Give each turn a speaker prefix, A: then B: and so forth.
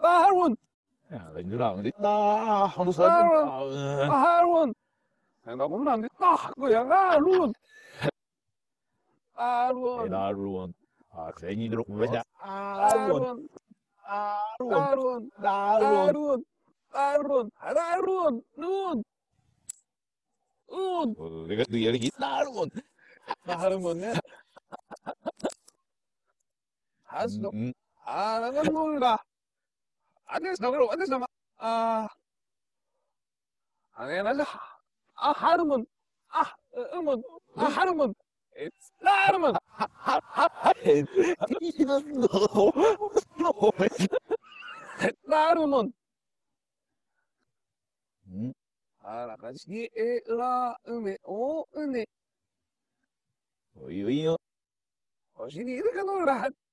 A: Byron,
B: Ja, dat denk ik nou. Ah, anders heb ik het nou. eh.
A: Byron. En dan komt dan die dag, ja, Byron.
B: 네,
A: Byron,
B: 나루원. 아, 괜히 들어 왜냐?
A: Byron,
B: 나루원,
A: Byron,
B: 나루원.
A: Byron, Byron, Byron, Nun. Nun.
B: 어, 내가 너 여기 나루원.
A: Byron, Hast du?
B: 음,
A: Ah, dann ist wohl da. Alles noch, alles noch. Ah. 아니, 나도 아 하루문 아 음문 아 하루문 나 하루문
B: 아, 이런 너. 너.
A: 나 하루문
B: 음,
A: 아라가시기 에라 음에 오 음에
B: 어이, 어이, 어.
A: 어시니 이렇게 놀라